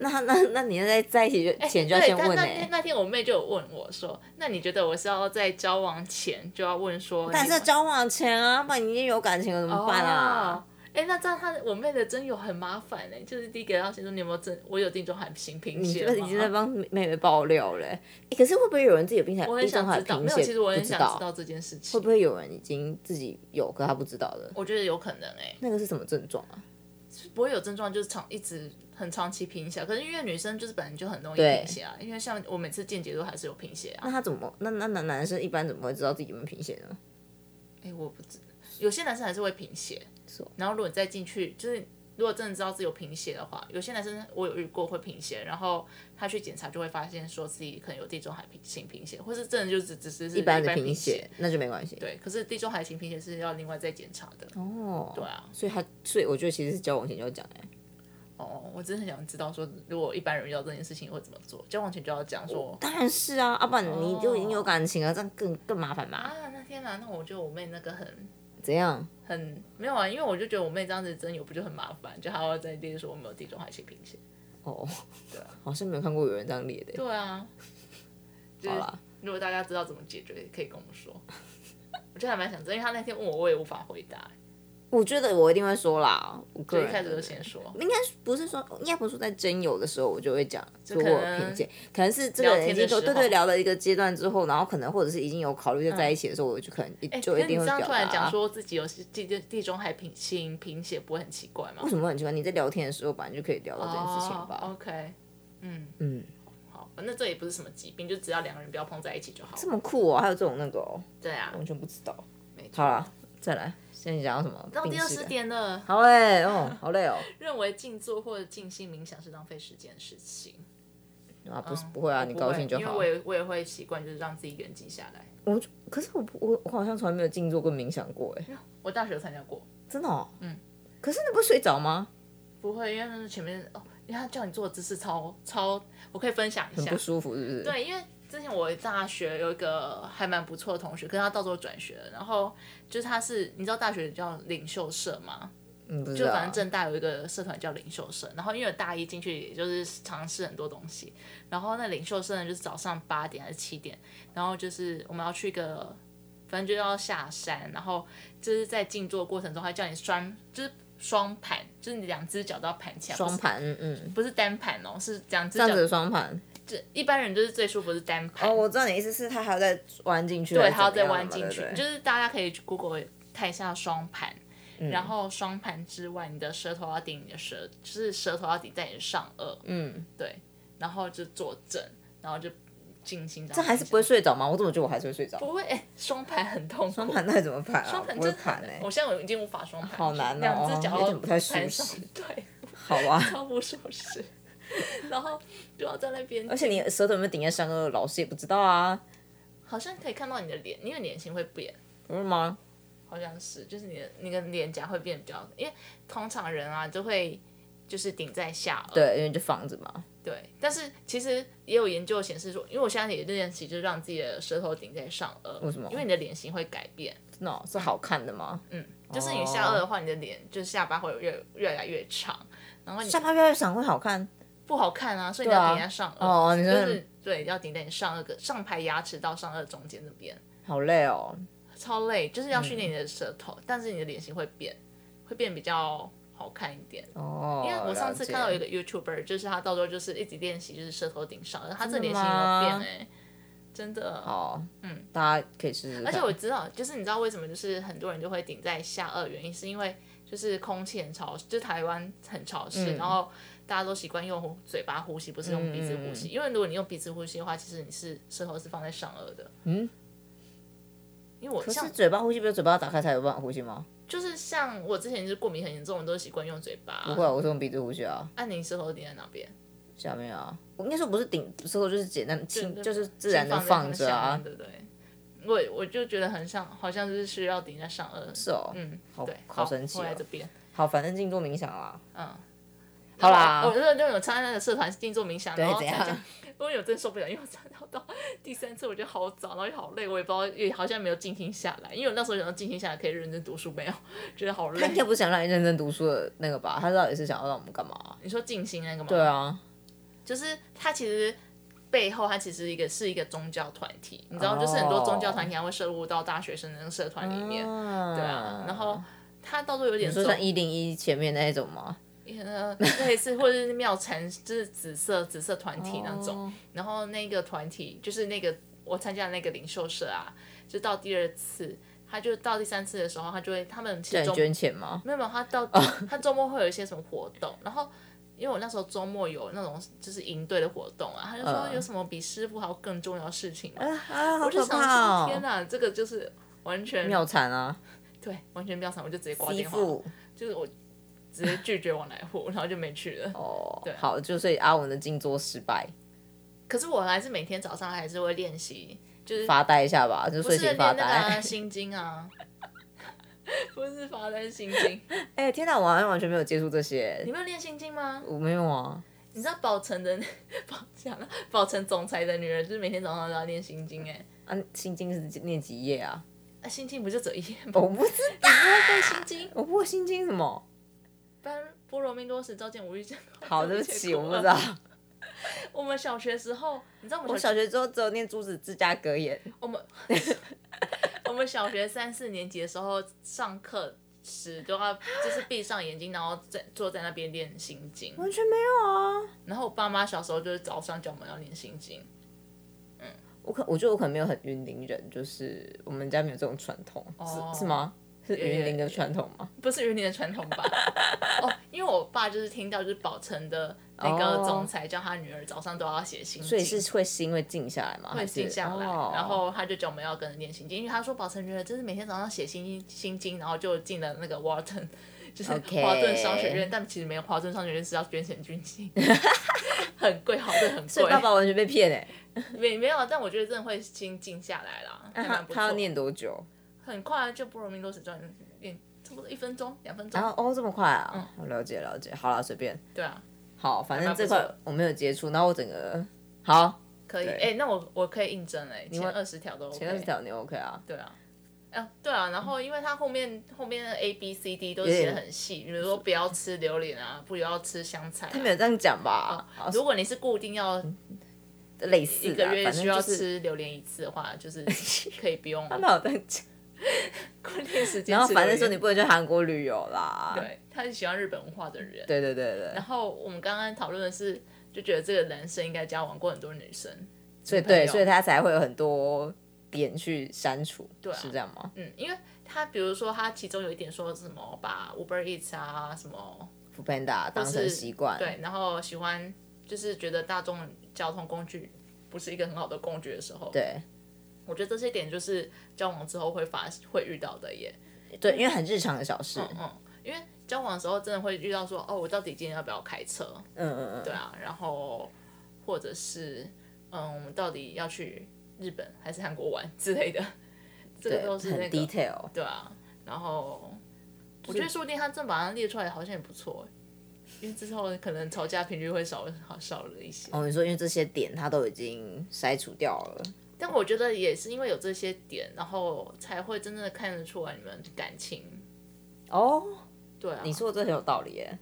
S1: 那他那那你要在在一起就前就要
S2: 对
S1: 先
S2: 但
S1: 问欸
S2: 那
S1: 呢、
S2: 天那天我妹就有问我说：“那你觉得我是要在交往前就要问说？”
S1: 但是交往前啊，不然你已经有感情了怎么办啊？
S2: 哦哎、那这样她我妹的真有很麻烦呢、欸就是第一个要先说你有没有真我有地中海型贫
S1: 你
S2: 血
S1: 是不
S2: 吗？
S1: 是已经在帮妹妹爆料了、欸可是会不会有人自己有病情？
S2: 我很想知道，没有，其实我很
S1: 不知
S2: 想
S1: 道
S2: 知道这件事情。
S1: 会不会有人已经自己有，可他不知道的？
S2: 我觉得有可能哎、
S1: 那个是什么症状啊？
S2: 不会有症状，就是长一直很长期贫血。可是因为女生就是本来就很容易
S1: 对
S2: 贫血啊，因为像我每次见血都还是有贫血啊。
S1: 那他怎么？那那男男生一般怎么会知道自己有没有贫血呢？
S2: 哎、我不知，有些男生还是会贫血
S1: 是哦。
S2: 然后如果你再进去，就是如果真的知道自己有贫血的话，有些男生我有遇过会贫血，然后他去检查就会发现说自己可能有地中海贫型贫血，或是真的就只只是是
S1: 一般的
S2: 贫
S1: 贫血。，那就没关系。
S2: 对，可是地中海型贫血是要另外再检查的。
S1: 哦，
S2: 对啊，
S1: 所以他，所以我觉得其实是交往前就要讲哎、
S2: 哦，我真的很想知道说，如果一般人遇到这件事情会怎么做？交往前就要讲说
S1: 当然是啊，要、不然你就已经有感情了，这样更更麻烦吧？
S2: 啊，那天哪，那我觉得我妹那个很
S1: 怎样？
S2: 很没有啊，因为我就觉得我妹这样子真有不就很麻烦，就还要再列说我没有地中海性贫血。
S1: 哦，
S2: 对啊，
S1: 好像没有看过有人这样列的。
S2: 对啊， 就
S1: 好
S2: 是
S1: 啦，
S2: 如果大家知道怎么解决，可以跟我们说。 我就还蛮想知道，因为他那天问我，我也无法回答，
S1: 我觉得我一定会说啦，我个
S2: 就一
S1: 人
S2: 开始
S1: 的
S2: 就先说。
S1: 应该不是说，应该不是说在真友的时候我就会讲，
S2: 就
S1: 说我
S2: 可
S1: 有
S2: 能
S1: 偏见，可能是这个人已经
S2: 聊天的时候
S1: 有对对聊了一个阶段之后，然后可能或者是已经有考虑就在一起的时候，我就可能一
S2: 哎，
S1: 就
S2: 可
S1: 一
S2: 是你
S1: 定
S2: 这
S1: 会
S2: 样
S1: 表
S2: 突然
S1: 达
S2: 讲
S1: 啊。
S2: 说自己有地地地中海贫性贫血，不会很奇怪吗？
S1: 为什么很奇怪？你在聊天的时候本来就可以聊到这件事情吧？
S2: 哦、？OK，嗯，
S1: 嗯，
S2: 好，反正这也不是什么疾病，就只要两个人不要碰在一起就好
S1: 这。么酷哦，还有这种那个哦，
S2: 对啊，
S1: 完全不知道。
S2: 没错。
S1: 好了，再来，现在讲到什么？
S2: 到第
S1: 病
S2: 二
S1: 逝
S2: 十
S1: 感。
S2: 点了，
S1: 好嘞，哦，好累哦。
S2: 认为静坐或者静心冥想是浪费时间的事情。
S1: 啊，不是
S2: 嗯
S1: 不会啊，
S2: 我
S1: 你
S2: 不
S1: 高
S2: 会
S1: 兴就
S2: 因为
S1: 好
S2: 我。也我也会习惯，就是让自己冷静下来。
S1: 我就可是我不我我好像从来没有静坐跟冥想过哎，
S2: 我大学有参加过，
S1: 真的哦。
S2: 嗯。
S1: 可是你不会睡着吗？
S2: 不会，因为那是前面哦，因为他叫你做的姿势超超，我可以分享一
S1: 很
S2: 下
S1: 不。舒服是不是？
S2: 对，因为之前我大学有一个还蛮不错的同学，可是他到时候转学了，然后就是他是你知道大学叫领袖社吗？
S1: 嗯，不知
S2: 就
S1: 道。
S2: 反正正大有一个社团叫领袖社，然后因为我大一进去也就是尝试很多东西，然后那领袖社呢就是早上八点还是七点，然后就是我们要去一个，反正就要下山，然后就是在静坐过程中，他叫你双就是双盘，就是你两只脚都要盘起来，不是
S1: 双盘，嗯嗯，
S2: 不是单盘哦，是两只
S1: 这
S2: 脚
S1: 样子，的双盘。
S2: 就一般人就是最舒服是单盘，
S1: 哦，我知道你意思是它还要再弯进去，
S2: 对，
S1: 对
S2: 它要再弯进去，
S1: 对不
S2: 就
S1: 对
S2: 是大家可以去 Google 看一下双盘，
S1: 嗯
S2: 然后双盘之外，你的舌头要顶你的舌，就是舌头要顶在你的上颚，
S1: 嗯，
S2: 对，然后就坐正，然后就静心这样。
S1: 这还是不会睡着吗？我怎么觉得我还是会睡着？
S2: 不会？哎、双盘很痛苦，
S1: 双盘那怎么盘啊？
S2: 双盘
S1: 不会
S2: 真的很
S1: 盘哎，
S2: 我现在我已经无法双盘了，
S1: 好难哦
S2: 两只脚
S1: 有
S2: 要
S1: 点不太舒
S2: 盘
S1: 适
S2: 上，对，
S1: 好啊。
S2: 超不舒适，然后就要在那边，
S1: 而且你舌头有没有顶在上颚，老师也不知道啊，
S2: 好像可以看到你的脸，因为脸型会变。
S1: 不是吗？
S2: 好像是，就是你的那个脸颊会变比较，因为通常人啊就会就是顶在下颚，
S1: 对，因为就放着嘛。
S2: 对但是其实也有研究显示说，因为我现在也练习，就是让自己的舌头顶在上颚，
S1: 为什么
S2: 因为你的脸型会改变，
S1: 真的哦是好看的吗？
S2: 嗯，就是你下颚的话，你的脸就是下巴会越越来越长，然后你
S1: 下巴越来越长会好看
S2: 不好看啊，所以你
S1: 对啊
S2: 要顶在上颚，
S1: 哦。你
S2: 就
S1: 说、
S2: 是对，要顶在你上颚个上排牙齿到上颚中间那边，
S1: 好累哦，
S2: 超累，就是要训练你的舌头，但是你的脸型会变，会变比较好看一点。
S1: 哦。
S2: 因为我上次看到有一
S1: 个
S2: 个 YouTuber，就是他到时候就是一直练习，就是舌头顶上，他这
S1: 真
S2: 脸
S1: 的
S2: 型有变
S1: 吗
S2: 哎、真的。
S1: 哦，
S2: 嗯，
S1: 大家可以试试看。
S2: 而且我知道，就是你知道为什么就是很多人就会顶在下颚，原因是因为就是空气很潮，就台湾很潮湿，
S1: 嗯
S2: 然后大家都习惯用嘴巴呼吸，不是用鼻子呼
S1: 嗯
S2: 吸。因为如果你用鼻子呼吸的话，其实你是舌头是放在上颚的。
S1: 嗯，
S2: 因为我
S1: 可
S2: 像
S1: 是嘴巴呼吸，不是嘴巴要打开才有办法呼吸吗？
S2: 就是像我之前就是过敏很严重，我都习惯用嘴巴。
S1: 不会啊，我是用鼻子呼吸啊。
S2: 那、你舌头顶在哪边？
S1: 下面啊，我应该说不是顶，舌头就是简单轻，
S2: 对
S1: 就是自然的
S2: 先放在
S1: 着
S2: 他
S1: 啊
S2: 们下面。对不对？我我就觉得很像，好像就是需要顶在上颚。
S1: 是哦，
S2: 嗯，
S1: 好
S2: 对，
S1: 好神奇哦
S2: 回来这边，
S1: 好，反正静坐冥想啦。
S2: 嗯，
S1: 好啦
S2: 我我那那种参加那个社团静坐冥想，
S1: 对
S2: 然后
S1: 怎
S2: 参加
S1: 样，
S2: 我有真受不了，因为我参加到第三次，我觉得好早，然后又好累，我也不知道，也好像没有静心下来，因为我那时候想要静心下来可以认真读书，没有，觉得好
S1: 他应
S2: 累。
S1: 该不是想让你认真读书的那个吧？他到底是想要让我们干嘛啊？
S2: 你说静心那个吗？
S1: 对，啊，
S2: 就是它其实背后它其实一个是一个宗教团体，你知道，就是很多宗教团
S1: 哦
S2: 体还会涉入到大学生的那个社团里面，
S1: 对
S2: 对啊，然后他到时候有点
S1: 你说
S2: 走
S1: 像一零一前面那一种吗？
S2: 呃类似或者是妙禅，就是紫色紫色团体那种。
S1: 哦
S2: 然后那个团体就是那个我参加的那个领袖社啊，就到第二次，他就到第三次的时候，他就会他们其
S1: 叫
S2: 实
S1: 你哦
S2: 周
S1: 捐钱吗？
S2: 没有没有，他到、他周末会有一些什么活动，然后。因为我那时候周末有那种就是营队的活动啊，他就说
S1: 嗯
S2: 有什么比师傅还有更重要的事情吗？
S1: 啊，
S2: 我
S1: 好
S2: 就
S1: 可
S2: 想
S1: 怕
S2: 说天
S1: 哦！
S2: 哪，这个就是完全
S1: 妙产啊，
S2: 对完全不要想，我就直接挂
S1: 媳
S2: 电话。
S1: 妇
S2: 就是我直接拒绝往来户，然后就没去了。
S1: 哦
S2: 对，
S1: 好，就所以阿文的静坐失败，
S2: 可是我还是每天早上还是会练习，就是
S1: 发呆一下吧，就
S2: 不
S1: 睡
S2: 是
S1: 醒
S2: 练
S1: 发
S2: 那个、啊、
S1: 呆。
S2: 心经啊，不是发生心经。
S1: 哎、天哪，我好像完全没有接触这些
S2: 你，没有练心经吗？
S1: 我没有啊。
S2: 你知道宝城的宝讲了宝城总裁的女儿，就是每天早上都要练心经哎、
S1: 啊，心经是念几页啊？
S2: 啊，心经不就只有一页吗？
S1: 我不知，
S2: 你不会背心经？
S1: 我不会心经什么？
S2: 般般若明多时，照见五欲真空。
S1: 好，对不起，我不知道。
S2: 我们小学时候，你知道我
S1: 我
S2: 们小
S1: 小
S2: 学，
S1: 学之后只有念朱子治家格言，
S2: 我们我们小学三四年级的时候上课时都要就是闭上眼睛，然后在坐在那边练心经。
S1: 完全没有啊。
S2: 然后我爸妈小时候就是早上叫我们要练心经，
S1: 我可我觉得我可能没有很云林人，就是我们家没有这种传统，
S2: 哦
S1: 是是吗？是云林的传统吗？
S2: 不是云林的传 统吧？哦，因为我爸就是听到就是宝城的那
S1: 哦
S2: 个总裁叫他女儿早上都要写心经，
S1: 所以是会是因为静下来吗？
S2: 会
S1: 还是
S2: 静下来，
S1: 哦
S2: 然后他就叫我们要跟着念心经，因为他说宝成觉得就是每天早上写心经，心经，然后就进了那个 Wharton，就是 华
S1: OK
S2: 顿商学院但其实没有华顿商学院是要捐钱 捐精，很贵，好的很
S1: 所以爸
S2: 贵，
S1: 爸完全被骗哎、
S2: 没没有，但我觉得真的会心静下来啦，
S1: 那
S2: 还
S1: 他
S2: 蛮不错
S1: 他要念多久？
S2: 很快啊就波罗蜜多时转念，差不多一分钟两分钟，
S1: 然后哦这么快啊？我了解了解，好了随便。
S2: 对啊，
S1: 好，反正
S2: 嗯蛮不
S1: 这
S2: 错
S1: 块我没有接触，然后我整个好
S2: 可以，
S1: 对
S2: 哎，那我我可以应征哎，前
S1: 问
S2: 二十条都 OK，
S1: 前二十条你 OK 啊？
S2: 对啊，啊，对啊，然后因为它后面后面的 A B C D 都
S1: 有
S2: 写
S1: 点
S2: 得很细，比如说不要吃榴 莲啊，不要吃香菜、啊
S1: 他没有这样讲吧？好
S2: 如果你是固定要
S1: 类
S2: 哦一
S1: 似的
S2: 个
S1: 啊，
S2: 月
S1: 反正
S2: 需要
S1: 就是
S2: 吃榴莲一次的话，就是可以不 用
S1: 他没有这样讲。
S2: 固定时间。
S1: 然后反正说你，不能去韩国旅游啦。
S2: 对，他是喜欢日本文化的人。
S1: 对对对对
S2: 然，后我们刚刚讨论的是，就觉得这个男生应该交往过很多女生，
S1: 所以
S2: 朋友
S1: 对，所以他才会有很多点去删除，
S2: 对啊
S1: 是这样吗？
S2: 嗯，因为他比如说他其中有一点说什么把 Uber Eats 啊什么。
S1: 不 panda 当成习惯，
S2: 对，然后喜欢就是觉得大众交通工具不是一个很好的工具的时候，
S1: 对
S2: 我觉得这些点就是交往之后会发会遇到的耶。
S1: 对，因为很日常的小事，
S2: 嗯，因为交往的时候真的会遇到说，哦，我到底今天要不要开车？
S1: 嗯嗯嗯，
S2: 对啊，然后或者是嗯，我们到底要去日本还是韩国玩之类的，这个
S1: 对，
S2: 都是那
S1: 很
S2: 个
S1: detail。
S2: 对啊，然后我觉得说不定他真把它列出来，好像也不错耶。因为之后可能吵架频率会少好少了一些，
S1: 哦，你说因为这些点他都已经筛除掉了，
S2: 但我觉得也是因为有这些点，然后才会真正的看得出来你们感情。
S1: 哦，
S2: 对啊，嗯
S1: 你说的这很有道理耶，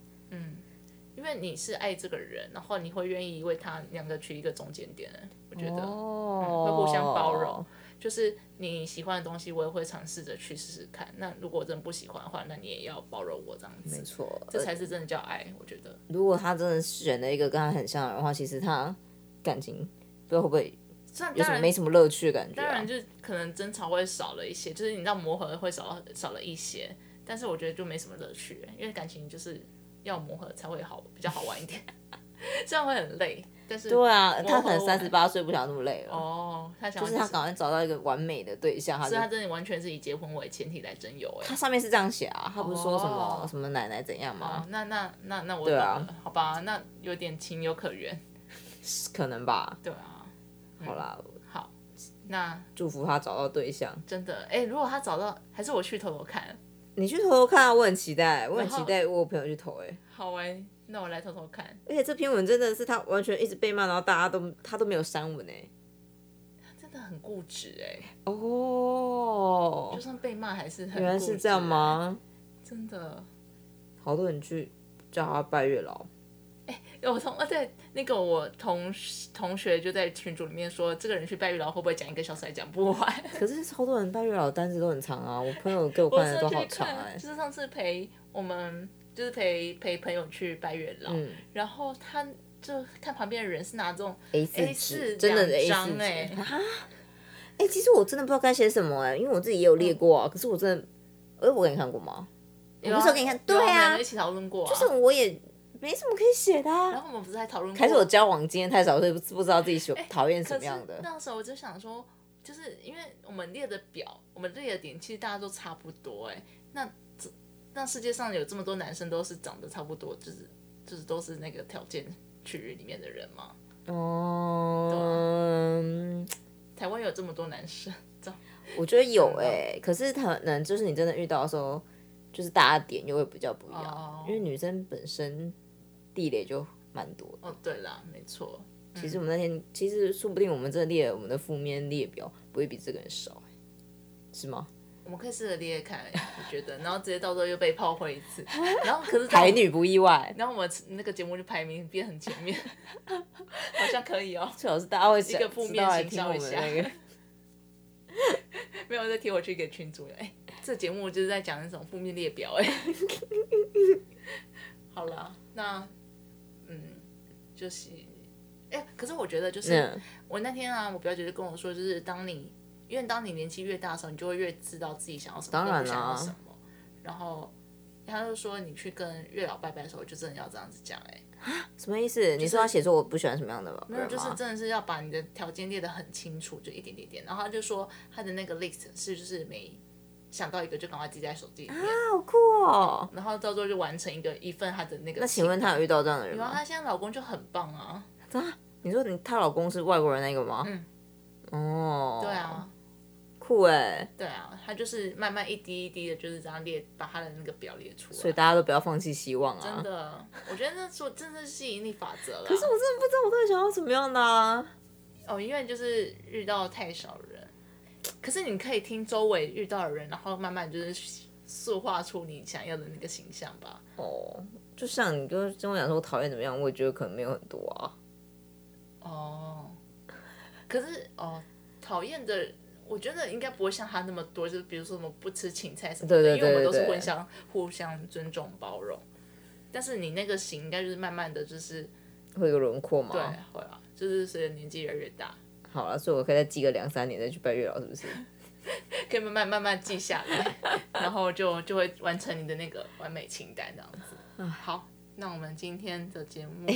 S2: 因为你是爱这个人，然后你会愿意为他两个取一个中间点，我觉得、
S1: 哦，
S2: 嗯会互相包容。就是你喜欢的东西，我也会尝试着去试试看。那如果真的不喜欢的话，那你也要包容我这样
S1: 嗯没
S2: 子，
S1: 错，
S2: 这才是真的叫爱。我觉得
S1: 如果他真的选了一个跟他很像的人的话，其实他感情不知道会不会
S2: 虽然
S1: 有
S2: 当
S1: 什么
S2: 然
S1: 没什么乐趣的感觉、啊，
S2: 当然，就是可能争吵会少了一些，就是你知道磨合会少少了一些，但是我觉得就没什么乐趣，因为感情就是要磨合才会好，比较好玩一点。 这样会很累，但是
S1: 对啊，他可能
S2: 我
S1: 三十八岁不想那么累了，
S2: 哦，他想
S1: 就
S2: 要、
S1: 是他赶快找到一个完美的对象，他
S2: 所以他
S1: 就
S2: 真的完全是以结婚为前提来征友哎
S1: 他。上面是这样写啊，他不是说什么、
S2: 哦
S1: 什么奶奶怎样
S2: 哦
S1: 吗？，
S2: 那那那那我懂
S1: 对
S2: 了，
S1: 啊
S2: 好吧，那有点情有可原，
S1: 可能吧，
S2: 对啊，
S1: 好啦，
S2: 好，那
S1: 祝福他找到对象。
S2: 真的哎、如果他找到，还是我去偷偷看，
S1: 你去偷偷看啊，我很期待，我很
S2: 然
S1: 期
S2: 后
S1: 待我有朋友去投哎、
S2: 好哎、那我来偷偷看，
S1: 而且这篇文真的是他完全一直被骂，然后大家都他都没有删文哎、
S2: 他真的很固执哎、
S1: 哦
S2: 就，算被骂还是很
S1: 原来
S2: 固
S1: 是
S2: 执啊
S1: 这样？吗？
S2: 真的，
S1: 好多人去叫他拜月老，
S2: 我同啊对那个我同同学就在群组里面说，这个人去拜月老会不会讲一个小时还讲不完？
S1: 可是超多人拜月老的单子都很长啊，我朋友给我看的都
S2: 上
S1: 好
S2: 去
S1: 长
S2: 看，
S1: 哎、
S2: 就是上次陪我们就是陪陪朋友去拜月老，
S1: 嗯
S2: 然后他就看旁边的人是拿这种
S1: A
S2: A
S1: 四纸，
S2: 四
S1: 真的是 A 四啊
S2: 张
S1: 纸
S2: 哎、
S1: 哎、其实我真的不知道该写什么哎、因为我自己也有
S2: 嗯
S1: 列过啊。可是我真的，哎、我给你看过吗？
S2: 有
S1: 我
S2: 啊
S1: 不是有给你看
S2: 有
S1: 对啊
S2: 我们两个一起讨论过、啊，
S1: 但是我也没什么可以写的、
S2: 然
S1: 啊。
S2: 后我们不是还讨论过，
S1: 还是我交往经验太少，所以不不知道自己喜欢讨厌什
S2: 可
S1: 么
S2: 是
S1: 样的。
S2: 那时候我就想说，就是因为我们列的表，我们列的点其实大家都差不多哎、那这那世界上有这么多男生都是长得差不多，就是就是都是那个条件区域里面的人吗？
S1: 嗯，
S2: 啊台湾有这么多男生，这样
S1: 我觉得有
S2: 啊
S1: 哎、可是可能就是你真的遇到的时候，就是大家点又会比较不一样，
S2: 哦
S1: 因为女生本身地雷就蛮多的。
S2: 哦，对啦，没错，
S1: 其
S2: 嗯
S1: 实我们那天，其实说不定我们真的列了我们的负面列表不会比这个人少、哎是吗？
S2: 我们可以试着列看，我觉得，然后直接到时候又被炮灰一次，然后可是
S1: 台
S2: 台，
S1: 女不意外，
S2: 然后我们那个节目就排名变很前面， 好像可以哦，
S1: 最好是大家会
S2: 一个
S1: 想
S2: 负
S1: 知道来
S2: 面
S1: 听
S2: 形
S1: 我
S2: 象一
S1: 们的
S2: 下
S1: 那 个。
S2: 没有再贴我去给群主了。哎， 这节目就是在讲那种负面列表 哎。好啦，那嗯，就是哎，可是我觉得就是、
S1: 嗯，
S2: 我那天啊，我表姐就跟我说，就是当你因为当你年纪越大的时候，你就会越知道自己想要什么，
S1: 当然啦
S2: 跟不想要什么。然后她就说，你去跟月老拜拜的时候，就真的要这样子讲、哎，
S1: 什么意思？你说要写说我不喜欢什么样的吧？没
S2: 没有，就是真的是要把你的条件列得很清楚，就一点点点。然后她就说，她的那个 list 是就是每想到一个就赶快记在手机里面，
S1: 好酷哦。
S2: 然后到最后就完成一个一份她的那个。
S1: 那请问她有遇到这样的人
S2: 然后
S1: 吗？
S2: 她现在老公就很棒啊，
S1: 你说你她老公是外国人那个吗？
S2: 嗯。
S1: 哦。
S2: 对啊。，
S1: 酷哎，
S2: 对啊，她就是慢慢一滴一滴的，就是这样列，把她的那个表列出来。
S1: 所以大家都不要放弃希望啊。
S2: 真的，我觉得那说真的是吸引力法则了。
S1: 可是我真的不知道我到底想要什么样的啊。
S2: 哦，因为就是遇到太少人，可是你可以听周围遇到的人，然后慢慢就是塑化出你想要的那个形象吧。
S1: 哦，就像你就是跟我讲说我讨厌怎么样，我也觉得可能没有很多啊。
S2: 哦，可是哦，讨厌的。我觉得应该不会像他那么多，就是比如说什么不吃芹菜什么的，
S1: 对对对
S2: 因为我们都
S1: 对
S2: 是
S1: 对
S2: 互相互相尊重包容。但是你那个型应该就是慢慢的就是
S1: 会有个轮廓嘛？
S2: 对，会啊，就是随着年纪越来越大，
S1: 好了，所以我可以再记个两三年再去拜月老，是不是？
S2: 可以慢慢慢慢记下 来，然后就就会完成你的那个完美清单这样子。好，那我们今天的节目、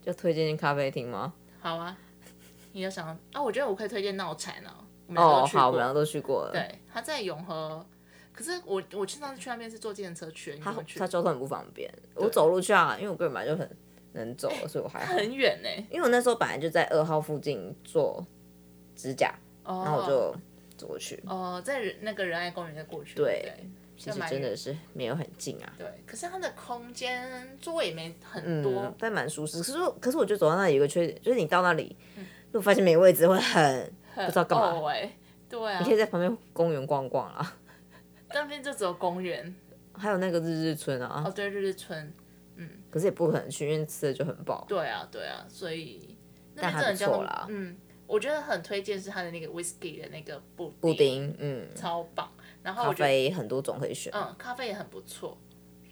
S1: 就推荐咖啡厅吗？
S2: 好啊，你有想啊？我觉得我可以推荐闹禅啊，我们两个
S1: 哦，
S2: 都去
S1: 好，我
S2: 过。
S1: 们两个都去过了。，
S2: 对，他在永和，可是我我上次去那边是坐电车去的，你
S1: 它
S2: 怎么去？
S1: 它交通很不方便，我走路去啊，因为我个人本来就很能走，啊 所以我还好。
S2: 很远呢、欸
S1: 因为我那时候本来就在二号附近做指甲，
S2: 哦，
S1: 然后我就走过去，
S2: 哦、在人那个仁爱公园再过去。
S1: 对
S2: 对
S1: 其
S2: 就
S1: 实
S2: 蛮
S1: 真
S2: 远
S1: 的是没有很近啊。
S2: 对，可是它的空间座位也没很多，
S1: 嗯，但蛮舒适。可是我可是我觉得走到那里有一个缺点，就是你到那里，如果发现没位置会很，
S2: 嗯很
S1: 不知道干嘛
S2: 呕欸对啊
S1: 你可，以在旁边公园逛逛 啦，
S2: 那边就只有公园。
S1: 还有那个日日村啊，
S2: 哦，对，日日村。
S1: 可是也不可能去，因为吃的就很饱。
S2: 对啊，对啊，所以那
S1: 但
S2: 边真
S1: 还
S2: 的
S1: 不
S2: 交通
S1: 错啦
S2: 嗯，我觉得很推荐是它的那个 whisky 的那个布
S1: 布
S2: 布
S1: 丁，嗯，
S2: 超棒。然后
S1: 咖
S2: 我觉得
S1: 啡很多种可以选。
S2: 嗯，咖啡也很不错。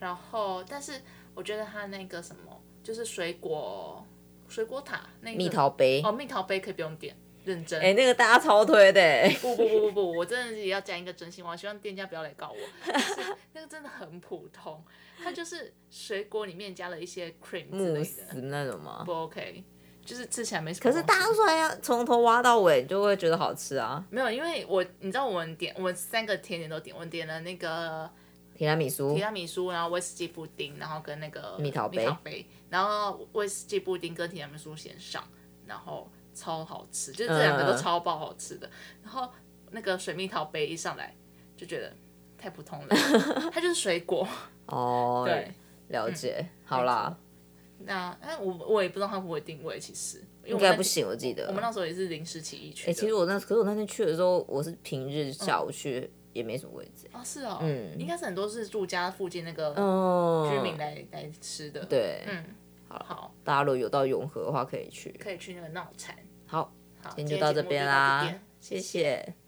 S2: 然后，但是我觉得它那个什么，就是水果水果塔那个
S1: 蜜桃杯，
S2: 哦，蜜桃杯可以不用点，认真。
S1: 哎、那个大家超推的、 欸，
S2: 不不不不不，我真的是要讲一个真心话，希望店家不要来告 我。就是那个真的很普通，它就是水果里面加了一些 cream 之
S1: 慕
S2: 类
S1: 斯
S2: 的，
S1: 那种吗
S2: 不？OK，就是吃起来没什么
S1: 可
S2: 东西。
S1: 是大家说要从头挖到尾，就会觉得好吃啊。
S2: 没有，因为我你知道我们点我们三个甜点都点，我点了那个
S1: 提拉米苏
S2: 提，拉米苏，然后威士忌布丁，然后跟那个
S1: 蜜桃杯
S2: 然后威士忌布丁跟提拉米苏先上，然后超好吃，就是这两个
S1: 嗯
S2: 都超爆好吃的。然后那个水蜜桃杯一上来就觉得太 普通了，它就是水果。
S1: 哦，
S2: 对，嗯
S1: 了解。好啦，
S2: 那哎我我也不知道它会不会定位，其实因为
S1: 应
S2: 我们
S1: 该
S2: 那
S1: 不行，我记得
S2: 我。们那时候也是临时起意去
S1: 哎、
S2: 的。
S1: 其实我那，可是我那天去的时候，我是平日下午去，也没什么位置。
S2: 啊是哦，应该是很多是住家附近那个
S1: 嗯，
S2: 居民来来吃的。
S1: 对，
S2: 嗯，好
S1: 大家如果有到永和的话，可以去。
S2: 可以去那个闹禅。
S1: 好，
S2: 好，
S1: 今天就到这边啦
S2: 今天节目就到这边，
S1: 谢谢。